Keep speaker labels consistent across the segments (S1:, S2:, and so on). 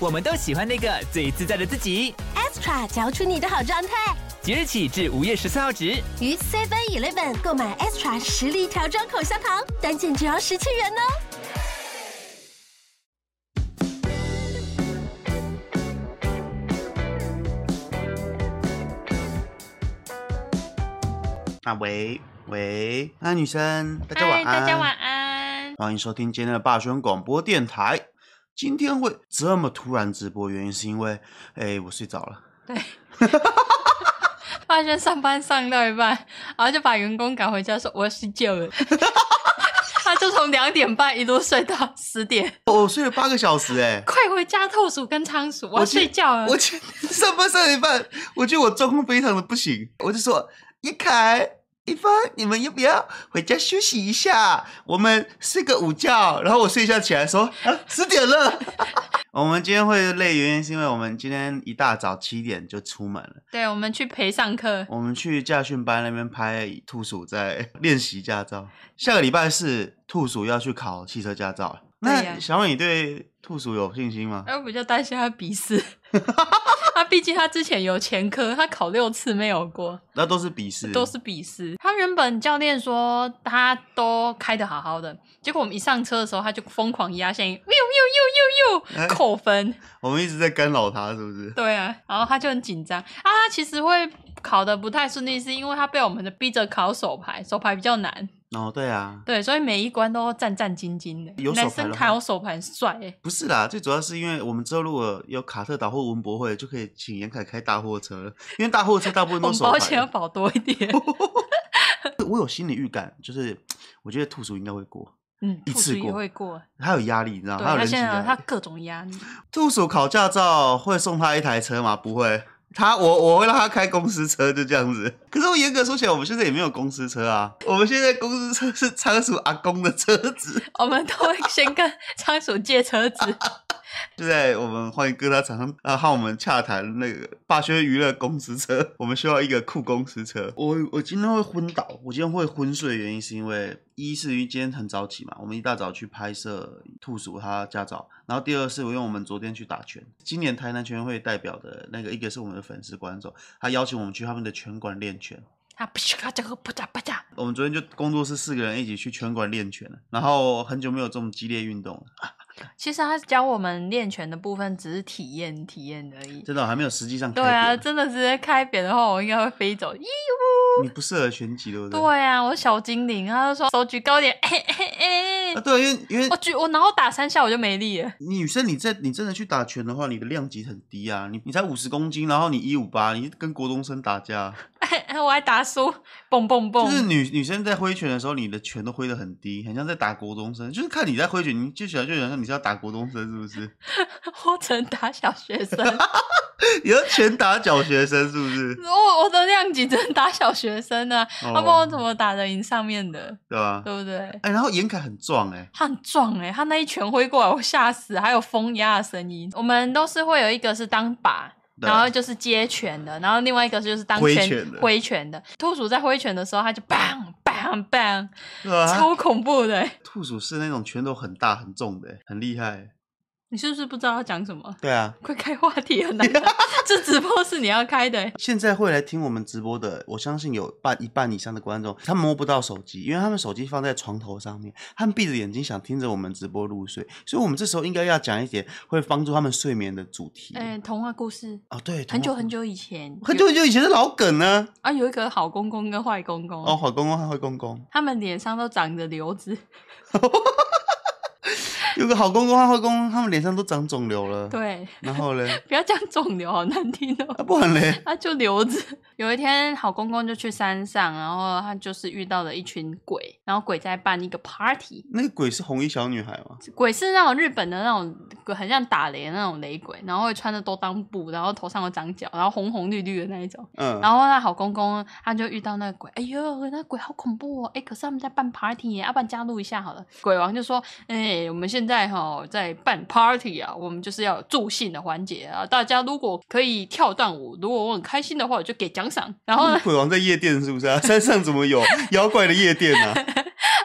S1: 我们都喜欢那个最自在的自己。
S2: extra 嚼出你的好状态。
S1: 即日起至五月十四号止。
S2: 于 Seven Eleven 购买 extra 实力调装口香糖，单件只要十七元哦。
S3: 啊喂喂，那女生，大家晚
S4: 嗨，
S3: 安，
S4: 大家晚，安。
S3: 欢迎收听今天的霸轩广播电台。今天会这么突然直播，原因是因为，哎，我睡着了。
S4: 发现上班上到一半，然后就把员工赶回家，说我要睡觉 了。他就从两点半一路睡到十点，
S3: 我睡了八个小时、哎，
S4: 快回家透暑跟仓鼠，我要
S3: 今
S4: 睡觉了
S3: 我。今天上班上到一半，我觉得我状况非常的不行，我就说一凯、一帆，你们要不要回家休息一下？我们睡个午觉。然后我睡一下起来说啊，十点了。 我们今天会累，原因是因为我们今天一大早七点就出门了，
S4: 对，我们去陪上课，
S3: 我们去驾训班那边拍兔鼠在练习驾 照。下个礼拜是兔鼠要去考汽车驾照了。
S4: 对呀
S3: 那小美，你对兔鼠有信心吗？
S4: 哎我比较担心他笔 试。他毕竟他之前有前科，他考六次没有过，
S3: 那都是笔试，
S4: 都是笔试。他原本教练说他都开的好好的，结果我们一上车的时候，他就疯狂压线，呦呦呦呦
S3: 哎
S4: 呦，扣分。
S3: 我们一直在干扰他，是不是？
S4: 对啊，然后他就很紧张啊。他其实会考的不太顺利，是因为他被我们的逼着考手牌，手牌比较难，
S3: 哦，对啊，
S4: 对，所以每一关都战战兢兢的。
S3: 有手牌
S4: 男
S3: 的
S4: 生
S3: 话
S4: 考手牌很帅哎、
S3: 不是啦，最主要是因为我们之后如果有卡特岛或文博会，就可以请严凯开大货车了，因为大货车大部分
S4: 我
S3: 都
S4: 们
S3: 手
S4: 保险要
S3: 牌。
S4: 保多 一点。
S3: 我有心理预感，就是我觉得兔鼠应该会过，
S4: 嗯，
S3: 一
S4: 兔
S3: 次
S4: 子也
S3: 过
S4: 会过，
S3: 他有压力，你知道
S4: 对
S3: 吗？他有
S4: 他
S3: 人情
S4: 现在
S3: 压
S4: 他
S3: 力。
S4: 各种压力，
S3: 兔鼠考驾照会送他一台车吗？不会，他我我会让他开公司车，就这样子。可是我严格说起来，我们现在也没有公司车啊，我们现在公司车是仓鼠阿公的车子。
S4: 我们都会先跟 仓鼠借车子。
S3: 就在我们欢迎各大厂商啊，和我们洽谈那个霸轩娱乐公司车，我们需要一个酷公司车。我我今天会昏倒，我今天会昏睡，原因是因为一是因为今天很早起嘛，我们一大早去拍摄兔鼠他驾照，然后第二是我用我们昨天去打拳，今年台南全运会代表的那个一个是我们的粉丝观众，他邀请我们去他们的拳馆练拳，
S4: 他不许他这个啪嚓啪嚓，
S3: 我们昨天就工作室四个人一起去拳馆练拳了，然后很久没有这么激烈运动了，
S4: 其实他教我们练拳的部分只是体验体验而已。
S3: 真的我还没有实际上开
S4: 对啊，
S3: 扁
S4: 真的直接开扁的话，我应该会飞走。咦
S3: 你不适合拳击对不对？
S4: 对啊，我小精灵，他就说手举高点， 哎
S3: 啊，
S4: 哎哎，
S3: 对，因为因为
S4: 我举我然后打三下我就没力了，
S3: 女生你在你真的去打拳的话，你的量级很低啊，你你才五十公斤，然后你一五八，你跟国中生打架，
S4: 我还打输，蹦蹦蹦
S3: 就。是女女生在挥拳的时候，你的拳都挥得很低，很像在打国中生，就是看你在挥拳，你就想就想像你是要打国中生是不是？
S4: 我只能打小学生，
S3: 你要拳打小学生是不是？
S4: 我我的量级只能打小学生 啊，
S3: 哦
S4: 要、不然我怎么打得赢上面的，
S3: 对吧？
S4: 对不对？
S3: 哎、然后严凯很壮哎、
S4: 他很壮哎、他那一拳挥过来，我吓死，还有风压的声音。我们都是会有一个是当靶，
S3: 对啊
S4: 然后就是接拳的，然后另外一个就是当
S3: 挥
S4: 拳
S3: 拳的
S4: 挥拳的。兔鼠在挥拳的时候，他就 bang bang bang，
S3: 对吧？
S4: 超恐怖的欸、
S3: 兔鼠是那种拳头很大很重的欸、很厉害欸、
S4: 你是不是不知道要讲什么？
S3: 对啊，
S4: 快开话题了，难道这直播是你要开的欸？
S3: 现在会来听我们直播的，我相信有半一半以上的观众，他们摸不到手机，因为他们手机放在床头上面，他们闭着眼睛想听着我们直播入睡，所以我们这时候应该要讲一点会帮助他们睡眠的主题。
S4: 哎、童话故事，
S3: 哦，对，
S4: 很久
S3: 童话
S4: 很久以前，
S3: 哦很久很久以前的老梗呢、
S4: 啊，有一个好公公跟坏公公，
S3: 哦，好公公和坏公公，
S4: 他们脸上都长着瘤子，
S3: 有个好公公和坏公公，他们脸上都长肿瘤了。
S4: 对，
S3: 然后 嘞，
S4: 不要讲肿瘤，好难听哦、
S3: 啊，不然嘞，
S4: 他就留着。有一天，好公公就去山上，然后他就是遇到了一群鬼，然后鬼在办一个 party。
S3: 那个鬼是红衣小女孩吗？
S4: 鬼是那种日本的那种，很像打雷的那种雷鬼，然后会穿着兜裆布，然后头上有长角，然后红红绿绿的那一种。
S3: 嗯，
S4: 然后那好公公他就遇到那个鬼，哎呦，那鬼好恐怖哦！哎，可是他们在办 party 耶，要不然加入一下好了。鬼王就说：“哎，我们现在哈、在办 party 啊，我们就是要有助兴的环节啊，大家如果可以跳段舞，如果我很开心的话，我就给奖赏。”然后呢，
S3: 鬼王在夜店是不是啊？山上怎么有妖怪的夜店 啊？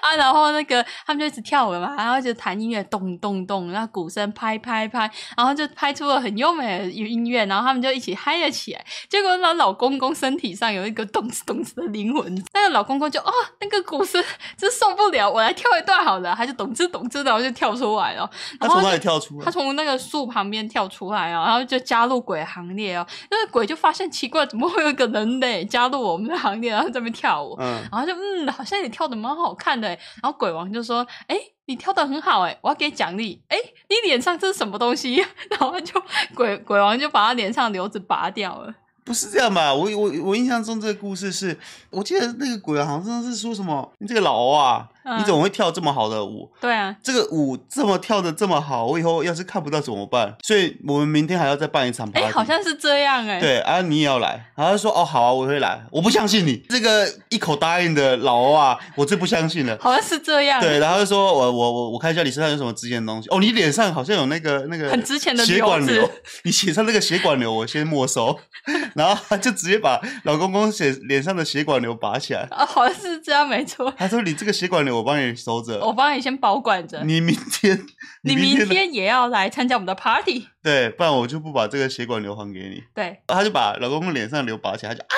S4: 啊，然后那个他们就一直跳舞嘛，然后就弹音乐，咚咚咚，然后鼓声拍拍拍，然后就拍出了很优美的音乐，然后他们就一起嗨了起来。结果那老公公身体上有一个咚哧咚哧的灵魂，那个老公公就哦，那个鼓声真受不了，我来跳一段好了，他就咚哧咚哧，然后就跳出来了，
S3: 他
S4: 然后
S3: 从
S4: 就
S3: 哪里跳出来
S4: 他？从那个树旁边跳出来啊，然后就加入鬼行列哦。那个鬼就发现奇怪，怎么会有一个人类加入我们的行列，然后在那边跳舞？
S3: 嗯，
S4: 然后就嗯，好像你跳的蛮好看的欸，然后鬼王就说，哎、你跳的很好哎，我要给你奖励。哎，你脸上这是什么东西？ 然后就鬼鬼王就把他脸上瘤子拔掉了。
S3: 不是这样吧？我我我印象中这个故事是，我记得那个鬼好像是说什么，你这个老啊，
S4: 嗯
S3: 你怎么会跳这么好的舞？
S4: 对啊，
S3: 这个舞这么跳的这么好，我以后要是看不到怎么办？所以我们明天还要再办一场 party。
S4: 哎，好像是这样哎。
S3: 对啊，你也要来。然后他说哦，好啊，我会来。我不相信你这个一口答应的老欧啊，我最不相信了。
S4: 好像是这样，欸
S3: 对，然后就说我我我我看一下你身上有什么值钱的东西。哦，你脸上好像有那个那个
S4: 很值钱的
S3: 血管
S4: 瘤
S3: 瘤
S4: 子，
S3: 你写上那个血管瘤，我先没收。 然后他就直接把老公公血脸上的血管瘤拔起来。
S4: 啊，好像是这样，没错。
S3: 他说你这个血管瘤我帮你收着，
S4: 我帮你先保管着，
S3: 呃你明天
S4: 哦你明
S3: 天的
S4: 天也要来参加我们的 party。
S3: 对，不然我就不把这个血管瘤还给你。
S4: 对，
S3: 他就把老公公脸上瘤拔起来，他就哎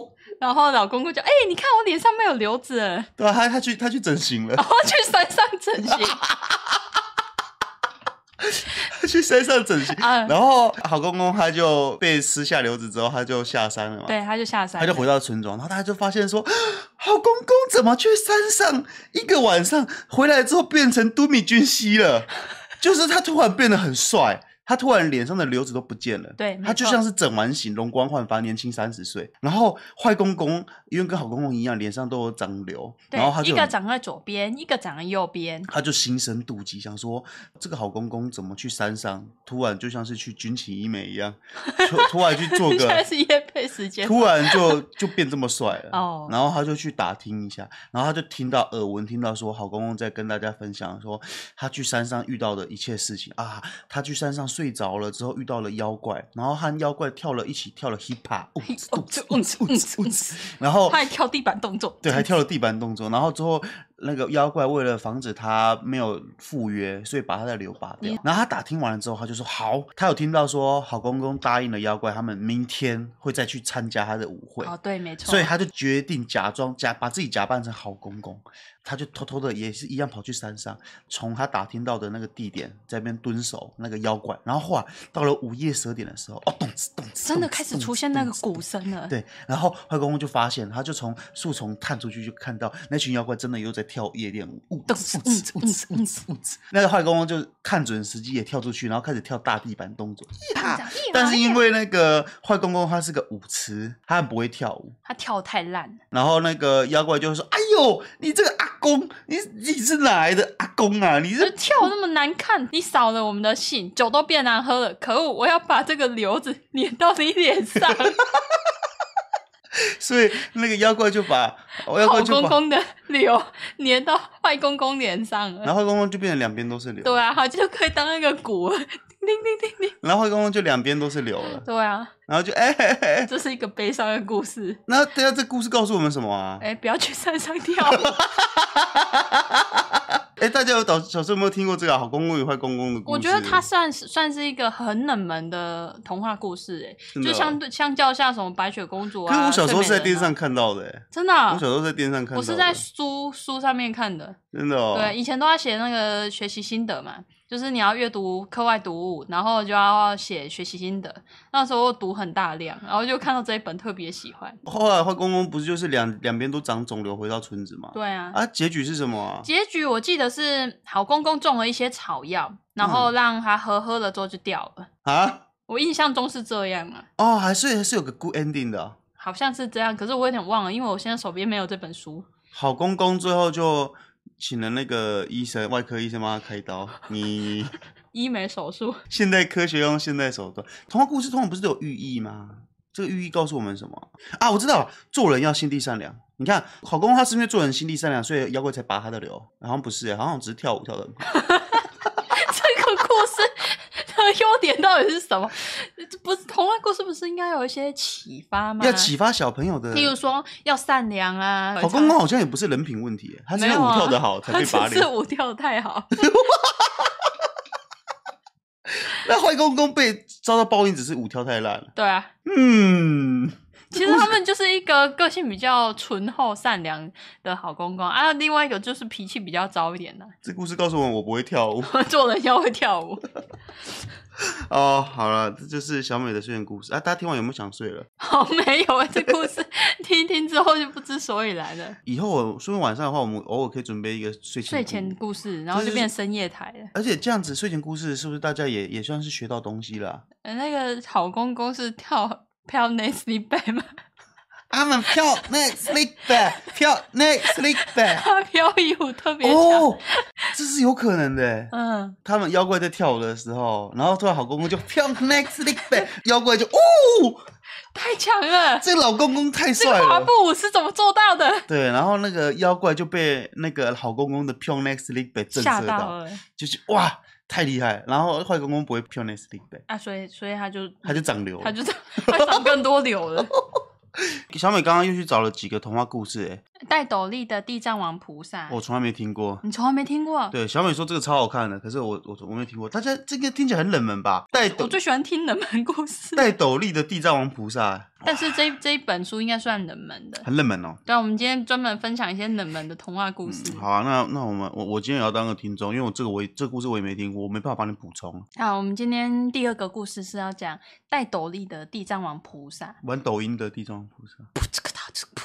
S3: 呦，
S4: 然后老公公就哎、你看我脸上没有瘤子了，
S3: 对啊，他他去他去整形了
S4: 然。后去山上整形。
S3: 去山上整形，
S4: 嗯
S3: 然后好公公他就被撕下瘤子之后，他就下山了嘛，
S4: 对，他就下山
S3: 他
S4: 了，
S3: 就回到村庄，然后大家就发现说， 好公公怎么去山上一个晚上回来之后变成都米君熙了， 就是他突然变得很帅。他突然脸上的瘤子都不见了，
S4: 对没错
S3: 他就像是整完型容光焕发，年轻三十岁。然后坏公公因为跟好公公一样，脸上都有长瘤，然后他
S4: 对，一
S3: 就
S4: 个
S3: 很
S4: 长在左边，一个长在右边。
S3: 他就心生妒忌，想说这个好公公怎么去山上，突然就像是去军情医美一 样，突突然去做
S4: 现在
S3: 个，
S4: 是夜配时间，
S3: 突然就就变这么帅了。
S4: 哦
S3: 然后他就去打听一下，然后他就听到耳闻听到说好公公在跟大家分享说他去山上遇到的一切事情啊，他去山上睡着了之后遇到了妖怪，然后和妖怪跳了一起跳了 hip hop，哦
S4: 嗯哧嗯哧嗯哧嗯哧
S3: 然后
S4: 他还跳地板动作，
S3: 哦对，还跳了地板动作，然后之后那个妖怪为了防止他没有赴约，所以把他的瘤拔掉
S4: 嗯。
S3: 然后他打听完了之后，他就说好，他有听到说好公公答应了妖怪，他们明天会再去参加他的舞会，
S4: 哦，对，没错，
S3: 所以他就决定假装假把自己假扮成好公公，他就偷偷的也是一样跑去山上，从他打听到的那个地点在那边蹲守那个妖怪。然后后来到了午夜十二点的时候，哦，咚哧咚哧，
S4: 真的
S3: 咚哧
S4: 开始
S3: 咚
S4: 出
S3: 哧
S4: 现那
S3: 咚
S4: 个
S3: 哧
S4: 鼓声了。
S3: 对，然后坏公公就发现，他就从树丛探出去，就看到那群妖怪真的又在跳夜店舞，呜
S4: 咚
S3: 哧呜
S4: 嗯
S3: 哧呜哧
S4: 嗯
S3: 呜哧呜哧。那个坏公公就看准时机也跳出去，然后开始跳大地板动作。
S4: 他讲，咦
S3: 但是因
S4: 哎呀
S3: 为那个坏公公他是个舞痴，他很不会跳舞，
S4: 他跳太烂了，
S3: 然后那个妖怪就会说：“哎呦，你这个阿公，你你是哪来的阿公啊？你
S4: 就是跳那么难看，你少了我们的性，酒都变难喝了。可恶，我要把这个瘤子碾到你脸 上，哎
S3: 所以那个妖怪就 把妖怪
S4: 好
S3: 就
S4: 公
S3: 把，
S4: 公的瘤碾到坏公公脸上
S3: 然
S4: 了。
S3: 后坏公公就变成两边都是瘤，
S4: 对啊，他就可以当那个鼓了，叮叮叮叮叮。
S3: 然后坏公公就两边都是瘤了，
S4: 对啊，
S3: 然后就哎嘿嘿嘿
S4: 这是一个悲伤的故事。
S3: 那大家这故事告诉我们什么啊？哎、
S4: 哎、不要去山上跳舞。
S3: 哎大家有小小时候有没有听过这个啊好公公与坏公公的故事？
S4: 我觉得它算是算是一一个很冷门的童话故事、哎，
S3: 真的
S4: 就
S3: 哦
S4: 相对相较下什么白雪公主
S3: 可
S4: 啊，
S3: 是我小时候是在
S4: 睡美
S3: 电
S4: 人
S3: 视
S4: 啊
S3: 上看到的、欸，
S4: 真的啊、
S3: 我小时候在电视上看到的，
S4: 我是在书书上面看的。
S3: 真的哦、
S4: 对，以前都要写那个学习心得嘛，就是你要阅读课外读物，然后就要写学习心得。那时候读很大量，然后就看到这一本特别喜欢。
S3: 后来坏公公不是就是两两边都长肿瘤回到村子吗？
S4: 对啊，
S3: 啊，结局是什么啊？
S4: 结局我记得是好公公种了一些草药，然
S3: 嗯
S4: 后让他喝喝了之后就掉了。
S3: 啊，
S4: 我印象中是这样啊，
S3: 哦，还是还是有个 good ending 的啊、
S4: 好像是这样，可是我有点忘了，因为我现在手边没有这本书。
S3: 好公公最后就请了那个医生，外科医生帮他开刀。你
S4: 医美手术，
S3: 现代科学用现代手段，童话故事通常不是都有寓意吗？这个寓意告诉我们什么啊？我知道了，做人要心地善良。你看，好公公他是因为做人心地善良，所以妖怪才拔他的瘤。好像不是、欸，好像只是跳舞跳的。
S4: 啊这个故事的优点到底是什么？ 这不是童话故事，不是应该有一些启发吗？
S3: 要启发小朋友的。
S4: 例如说要善良啊。
S3: 好公公好像也不是人品问题、欸，他只
S4: 没
S3: 是
S4: 有
S3: 舞
S4: 啊
S3: 跳得好才被 拔
S4: 他只是
S3: 脸。
S4: 舞跳的太好，
S3: 那坏公公被遭到报应，只是舞跳太烂了。
S4: 对啊。
S3: 嗯，
S4: 其实他们就是一个个性比较醇厚、善良的好公公啊，另外一个就是脾气比较糟一点的、
S3: 这故事告诉我们，我不会跳舞。
S4: 做人要会跳舞。
S3: 哦，好了，这就是小美的睡前故事啊！大家听完有没有想睡了？
S4: 好，没有啊，这故事 听一听之后就不知所以然了。
S3: 以后我顺便晚上的话，我们偶尔可以准备一个睡前
S4: 睡
S3: 故
S4: 前。故事，然后就变深夜台了。
S3: 而且这样子睡前故事是不是大家也也算是学到东西了？啊
S4: 呃那个好公公是跳跳 n a s l y b a 吗？
S3: 他们跳那 sleep back，跳那 sleep back。
S4: 他飘逸舞特 别强。
S3: 哦，这是有可能的欸。
S4: 嗯，
S3: 他们妖怪在跳舞的时候，然后突然好公公就跳 next sleep back，妖怪就哦，
S4: 太强 了！
S3: 这个老公公太
S4: 这
S3: 帅
S4: 个滑
S3: 了。
S4: 步舞是怎么做到的？
S3: 对，然后那个妖怪就被那个好公公的跳 next sleep back 震
S4: 吓
S3: 慑
S4: 到了
S3: 就是哇，太厉害了！然后坏公公不会 p u n e s l e e p
S4: 啊！所以，所以他就
S3: 他就长瘤。
S4: 他就他长更多瘤 了。
S3: 小美刚刚又去找了几个童话故事、欸，
S4: 戴斗笠的地藏王菩萨，
S3: 我从来没听过。
S4: 你从来没听过？
S3: 对，小美说这个超好看的，可是我我我没听过。大家这个听起来很冷门吧？戴斗
S4: 我最喜欢听冷门故事，
S3: 戴斗笠的地藏王菩萨哦
S4: 但是这这一本书应该算冷门的。
S3: 很冷门哦。
S4: 对啊，我们今天专门分享一些冷门的童话故事。
S3: 嗯好啊，那那我们我我今天也要当个听众，因为我这个我也这个故事我也没听过，我没办法帮你补充。
S4: 好，我们今天第二个故事是要讲戴斗笠的地藏王菩萨。
S3: 玩抖音的地藏王菩萨，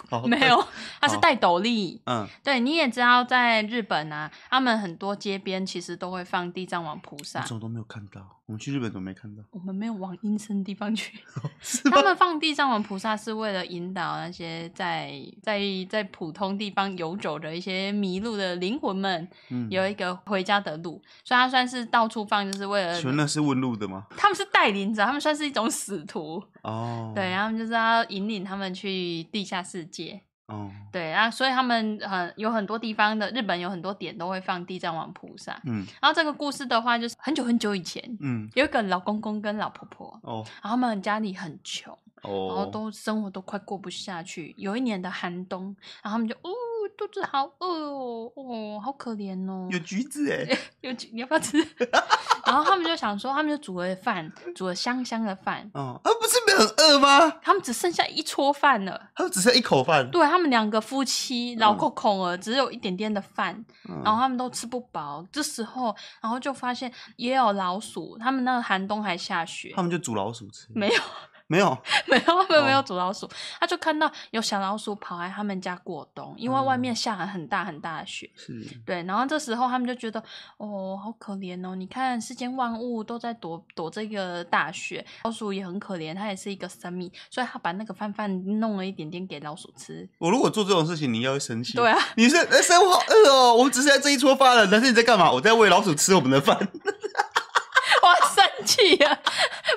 S3: 好
S4: 没有，他
S3: 哦
S4: 是
S3: 好
S4: 戴斗笠。
S3: 嗯，
S4: 对，你也知道，在日本啊，他们很多街边其实都会放地藏王菩
S3: 我
S4: 萨
S3: 怎。么都没有看到？我们去日本怎么没看到？
S4: 我们没有往阴森地方去。
S3: 是
S4: 他
S3: 吗？
S4: 们放地藏王菩萨是为了引导那些在在在普通地方游走的一些迷路的灵魂们
S3: 嗯，
S4: 有一个回家的路，所以他算是到处放，就是为了
S3: 全那是问路的吗？
S4: 他们是带领者，他们算是一种使徒，
S3: 哦，
S4: 对，，然后就是要引领他们去地下世界。
S3: 哦，
S4: 对，然后所以他们很有很多地方的日本有很多点都会放地藏王菩萨。
S3: 嗯
S4: 然后这个故事的话，就是很久很久以前，
S3: 嗯，
S4: 有一个老公公跟老婆婆，
S3: 哦
S4: 然后他们家里很穷，然后
S3: 哦，
S4: 都生活都快过不下去。有一年的寒冬，然后他们就哦肚子好饿哦，哦好可怜哦，
S3: 有橘子哎、
S4: 有几你要不要吃？ 然后他们就想说，他们就煮了饭，煮了香香的饭，
S3: 哦，啊，不是没有很饿吗？
S4: 他们只剩下一撮饭了。
S3: 他们只剩一口饭，
S4: 对他们两个夫妻老扣孔儿，只有一点点的饭，
S3: 嗯
S4: 然后他们都吃不饱。这时候，然后就发现也有老鼠，他们那个寒冬还下雪
S3: 他，们就煮老鼠吃，
S4: 没有
S3: 没有，
S4: 没有他们没有
S3: 哦
S4: 煮老鼠，他就看到有小老鼠跑来他们家过冬，因为外面下了很大很大的雪。
S3: 是
S4: 对，然后这时候他们就觉得，哦，好可怜哦！你看世间万物都在躲躲这个大雪，老鼠也很可怜，它也是一个生命，所以他把那个饭饭弄了一点点给老鼠吃。
S3: 我如果做这种事情，你应该会生气。
S4: 对啊，
S3: 你是哎，生活好饿哦，我们只剩下这一撮饭了，但是你在干嘛？我在喂老鼠吃我们的饭，
S4: 我生气了，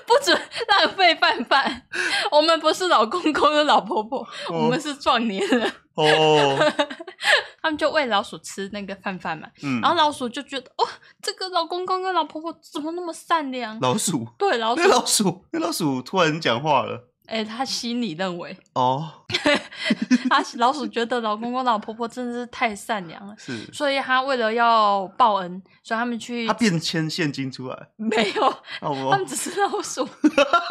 S4: 不准浪费饭饭。 我们不是老公公和老婆婆，
S3: 哦
S4: 我们是壮年人。
S3: 哦，
S4: 他们就喂老鼠吃那个饭饭嘛，
S3: 嗯，
S4: 然后老鼠就觉得，哦，这个老公公跟老婆婆怎么那么善良？
S3: 老鼠，
S4: 对，老鼠
S3: 那，老鼠，那老鼠突然讲话了，
S4: 哎、他心里认为，
S3: 哦，
S4: 他老鼠觉得老公公老婆婆真的是太善良了。
S3: 是，
S4: 所以他为了要报恩，所以他们去
S3: 他哦变签现金出来，
S4: 没有，
S3: 好不好
S4: 他们？只是老鼠，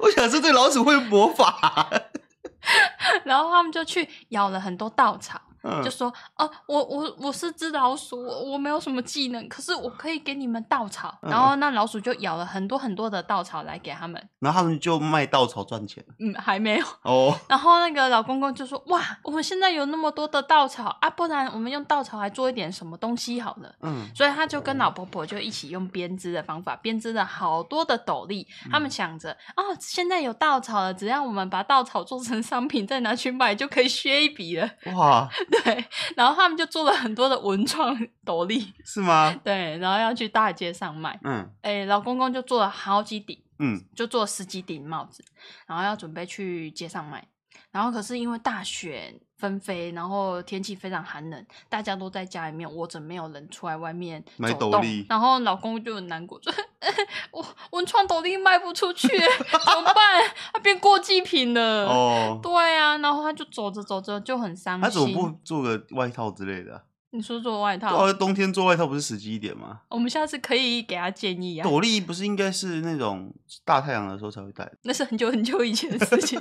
S3: 我想说，这老鼠会魔法，
S4: 然后他们就去咬了很多稻草，
S3: 嗯
S4: 就说哦、我我我是只老鼠，我我没有什么技能，可是我可以给你们稻草。
S3: 嗯
S4: 然后那老鼠就咬了很多很多的稻草来给他们，
S3: 然后他们就卖稻草赚钱
S4: 嗯，还没有。
S3: 哦，
S4: 然后那个老公公就说：“哇，我们现在有那么多的稻草啊，不然我们用稻草来做一点什么东西好了。”
S3: 嗯，
S4: 所以他就跟老婆婆就一起用编织的方法，编织了好多的斗笠。他
S3: 嗯
S4: 们想着，哦，现在有稻草了，只要我们把稻草做成商品，再拿去卖，就可以削一笔了。
S3: 哇，
S4: 对，然后他们就做了很多的文创 斗笠，
S3: 是吗？
S4: 对，然后要去大街上卖。
S3: 嗯
S4: 哎，老公公就做了好几顶，
S3: 嗯，
S4: 就做十几顶帽子，然后要准备去街上卖。然后可是因为大雪纷飞，然后天气非常寒冷，大家都在家里面窝着，没有人出来外面
S3: 买
S4: 走
S3: 斗
S4: 动
S3: 笠。
S4: 然后老公就很难过，说：“ 我文创斗笠卖不出去， 怎么办？它变过季品了。
S3: 哦，
S4: 对啊，然后他就走着走着就很伤心。
S3: 他怎么不做个外套之类的啊？
S4: 你说做外套，
S3: 哦，冬天做外套不是时机一点吗？
S4: 我们下次可以给他建议啊。
S3: 斗笠不是应该是那种大太阳的时候才会戴的？
S4: 那是很久 很久以前的事情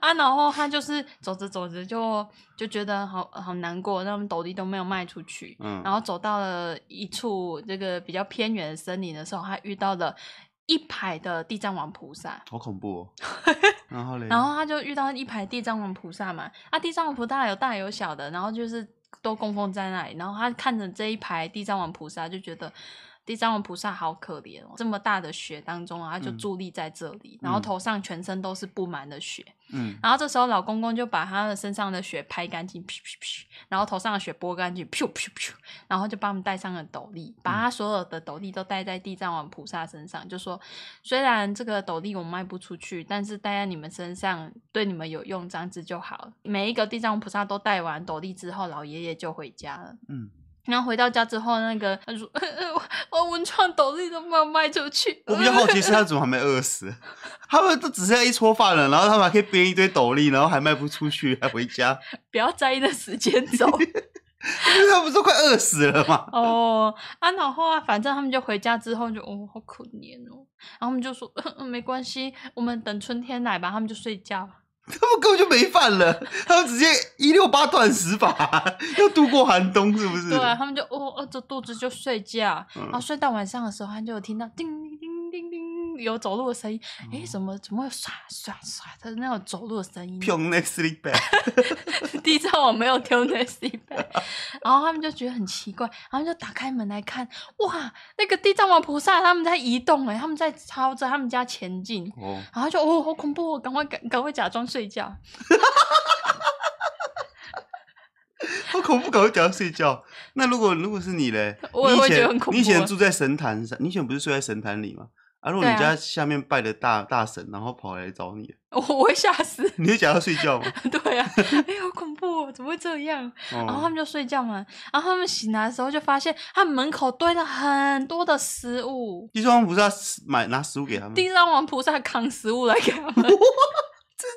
S4: 啊。然后他就是走着走着就就觉得好好难过，那我们斗笠都没有卖出去。
S3: 嗯，
S4: 然后走到了一处这个比较偏远的森林的时候，他遇到了一排的地藏王菩萨。
S3: 好恐怖 哦。然后嘞，
S4: 然后他就遇到一排地藏王菩萨嘛，啊，地藏王菩萨有大有小的，然后就是都供奉在那里，然后他看着这一排地藏王菩萨，就觉得地藏王菩萨好可怜哦，这么大的雪当中啊，他就
S3: 嗯
S4: 伫立在这里，然后
S3: 嗯
S4: 头上全身都是布满了雪，
S3: 嗯，
S4: 然后这时候老公公就把他的身上的雪拍干净，噗噗噗，然后头上的雪拨干净，噗噗噗，然后就帮我们戴上了斗笠，
S3: 嗯
S4: 把他所有的斗笠都戴在地藏王菩萨身上，就说虽然这个斗笠我卖不出去，但是戴在你们身上对你们有用，这样子就好了。每一个地藏王菩萨都戴完斗笠之后，老爷爷就回家了。
S3: 嗯。
S4: 然后回到家之后，那个他说：“ 我文创斗笠都没有卖出去。”
S3: 我比较好奇是他怎么还没饿死？他们都只剩下一撮饭了，然后他们还可以编一堆斗笠，然后还卖不出去，还回家，
S4: 不要在意那时间轴。
S3: 因为他们都快饿死了嘛。
S4: 哦，啊，然后啊，反正他们就回家之后就哦，好可怜哦。然后我们就说、嗯没关系，我们等春天来吧。他们就睡觉，
S3: 他们根本就没饭了，他们直接一六八断食法， 要度过寒冬，是不是？
S4: 对啊，他们就哦饿着肚子就睡觉。
S3: 嗯
S4: 然后睡到晚上的时候，他就有听到叮叮叮叮叮有走路的声音。诶，
S3: 哦
S4: 怎么怎么会有唰唰唰的那种走路的声音 呢？
S3: Pure next sleep back，
S4: 地上我没有丢那 C 杯，然后他们就觉得很奇怪，然后就打开门来看，哇，那个地藏王菩萨他们在移动哎、他们在朝着他们家前进，
S3: 哦，
S4: 然后就哦，好恐怖、哦，赶快赶赶快假装睡觉。
S3: 好恐怖，搞一讲睡觉。那如果如果是你嘞，
S4: 我也
S3: 你以
S4: 会
S3: 前
S4: 觉得很恐怖啊
S3: 你以前住在神坛上，你以前不是睡在神坛里吗？啊，如果你
S4: 对啊
S3: 家下面拜的大大神，然后跑来找你，
S4: 我我会吓死，
S3: 你会假装睡觉吗？
S4: 对啊， 哎、好恐怖、哦，怎么会这样？然后他
S3: 哦，
S4: 们就睡觉嘛，然后他们醒来的时候就发现，他们门口堆了很多的食物，
S3: 地藏王菩萨买拿食物给他们，真
S4: 地藏王菩萨扛食物来给他们，
S3: 的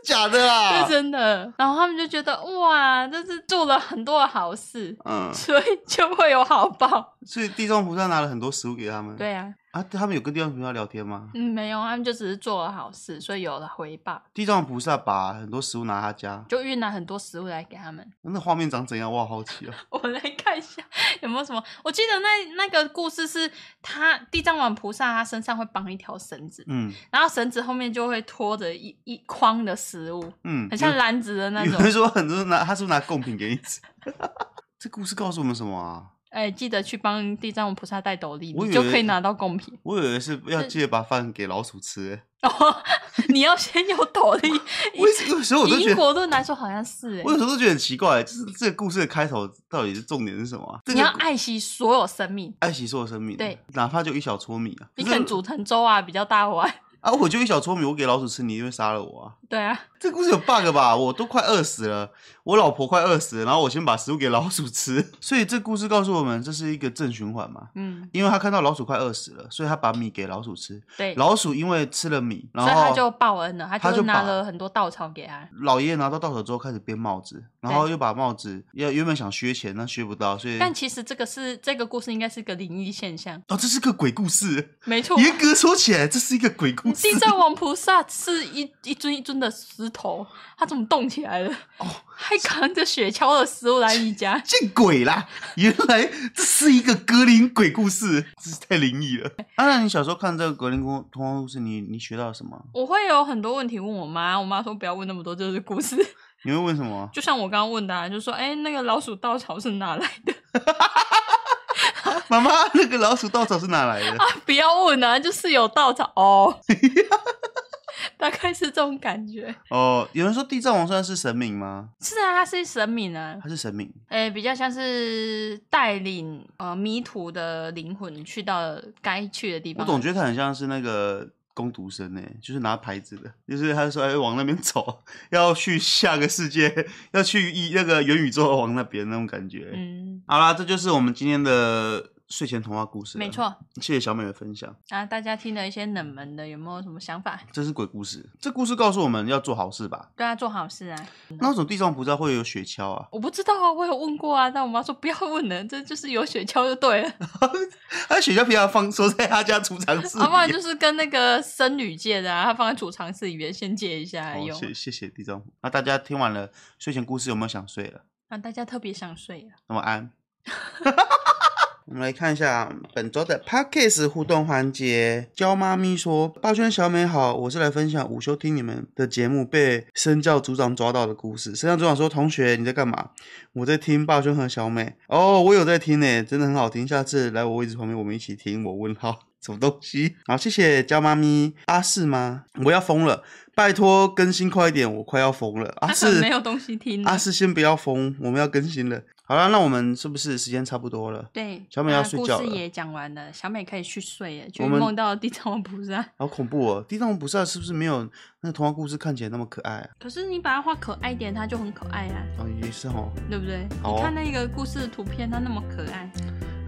S3: 假的啦
S4: 是？ 真的。然后他们就觉得哇，这是做了很多的好事，
S3: 嗯，
S4: 所以就会有好报。
S3: 所以地藏王菩萨拿了很多食物给他们。
S4: 对啊，
S3: 啊，他们有跟地藏王菩萨聊天吗？
S4: 嗯，没有，他们就只是做了好事，所以有了回报，
S3: 地藏王菩萨把很多食物拿他家，
S4: 就运了很多食物来给他们。
S3: 那画面长怎样？我好好 奇哦。
S4: 我来看一下有没有什么。我记得那那个故事是他地藏王菩萨他身上会绑一条绳子，
S3: 嗯
S4: 然后绳子后面就会拖着一一筐的食物，
S3: 嗯，
S4: 很像
S3: 有
S4: 篮子的那
S3: 有
S4: 种。
S3: 人说很多人拿，他是不是拿贡品给你吃？ 这故事告诉我们什么啊？
S4: 哎、记得去帮地藏王菩萨戴斗笠，
S3: 我以
S4: 你就
S3: 为
S4: 可以拿到贡品。
S3: 我以为是要记得把饭给老鼠吃、
S4: 哦， 你要先有斗笠。
S3: 我有时有时候我都
S4: 以
S3: 觉
S4: 因
S3: 得，
S4: 果论来说，好像是哎、
S3: 我有时候都觉得很奇怪、就是这个故事的开头到底是重点是什么、啊？这
S4: 你要
S3: 个
S4: 爱惜所有生命。
S3: 爱惜所有生命，
S4: 对，
S3: 哪怕就一小撮米啊，
S4: 你
S3: 可
S4: 可
S3: 是
S4: 能煮成粥啊，比较大碗。
S3: 啊，我就一小撮米，我给老鼠吃，你一定会杀了我啊！
S4: 对啊，
S3: 这故事有 bug 吧？我都快饿死了，我老婆快饿死了，然后我先把食物给老鼠吃， 所以这故事告诉我们，这是一个正循环嘛。
S4: 嗯，
S3: 因为他看到老鼠快饿死了，所以他把米给老鼠吃。
S4: 对，
S3: 老鼠因为吃了米，然
S4: 所以他
S3: 后
S4: 就报恩了，
S3: 他
S4: 就
S3: 就把
S4: 拿了很多稻草给他。
S3: 老爷爷拿到稻草之后开始编帽子，然后又把帽子要原本想削钱，但削不到，所以
S4: 但其实这个是这个故事应该是个灵异现象，
S3: 哦，这是个鬼故事。
S4: 没错。
S3: 严格说起来，这是一个鬼故司
S4: 地藏王菩萨是一一尊一尊的石头，他怎么动起来了？
S3: 哦，
S4: 还扛着雪橇的食物来你家
S3: 见鬼啦！原来这是一个格林鬼故事，真是太灵异了。啊，那你小时候看这个格林公童话故事，你你学到了什么？
S4: 我会有很多问题问我妈，我妈说不要问那么多，这是故事。
S3: 你会问什么？
S4: 就像我刚刚问的、啊，就说哎、那个老鼠稻草是哪来的？
S3: 妈妈，那个老鼠稻草是哪来 的？
S4: 不要问啊，就是有稻草哦，大概是这种感觉。
S3: 哦，有人说地藏王算是神明吗？
S4: 是啊，他是神明啊，
S3: 他是神明，
S4: 呃，比较像是带领呃迷途的灵魂去到该去的地
S3: 我
S4: 方。
S3: 总觉得他很像是那个工读生诶，就是拿牌子的，就是他说哎往那边走，要去下个世界，要去一那个元宇宙往那边那种感觉。
S4: 嗯，
S3: 好啦，这就是我们今天的睡前童话故事。
S4: 没，错
S3: 谢谢小美的分享。
S4: 啊，大家听了一些冷门的，有没有什么想法？
S3: 这是鬼故事。这故事告诉我们要做好事吧？
S4: 对啊，做好事啊！
S3: 那为什么地藏菩萨会有雪橇啊？
S4: 我不知道啊，我有问过啊，但我妈说不要问了，这就是有雪橇就对了，
S3: 他雪橇平常放收在他家储藏室里。哦
S4: 啊，不然就是跟那个僧侣借的啊，她放在储藏室里面先借一下哦
S3: 好
S4: 用，
S3: 哦谢谢谢地藏菩萨。那大家听完了睡前故事，有没有想睡了？
S4: 让啊大家特别想睡啊。
S3: 那么安。 我们来看一下本周的 Podcast 互动环节。焦妈咪说：“抱圈小美好，我是来分享午休听你们的节目被身教组长抓到的故事。身教组长说：‘同学你在干嘛？’我在听抱圈和小美。哦，我有在听呢、真的很好听。下次来我位置旁边，我们一起听。我问号。” 什么东西？好，谢谢焦妈咪。阿、四吗？我要疯了！拜托更新快一点，我快要疯了。 阿、
S4: 他可
S3: 四
S4: 能没有东西听了
S3: 阿四啊先不要疯，我们要更新了。好了，那我们是不是时间差不多了？
S4: 对，
S3: 小美要
S4: 啊
S3: 睡觉
S4: 故
S3: 了
S4: 事也讲完了，小美可以去睡了，去
S3: 我们
S4: 梦到地藏王菩萨。
S3: 好恐怖哦！地藏王菩萨是不是没有那个童话故事看起来那么可爱啊？
S4: 可是你把它画可爱一点，它就很可爱啊，
S3: 哦，也是哦。
S4: 对不对？
S3: 好哦
S4: 你看那个故事图片，它那么可爱，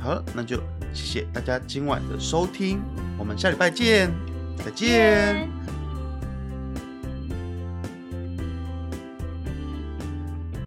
S3: 好了，那就谢谢大家今晚的收听，我们下礼拜见，再见。
S4: 拜拜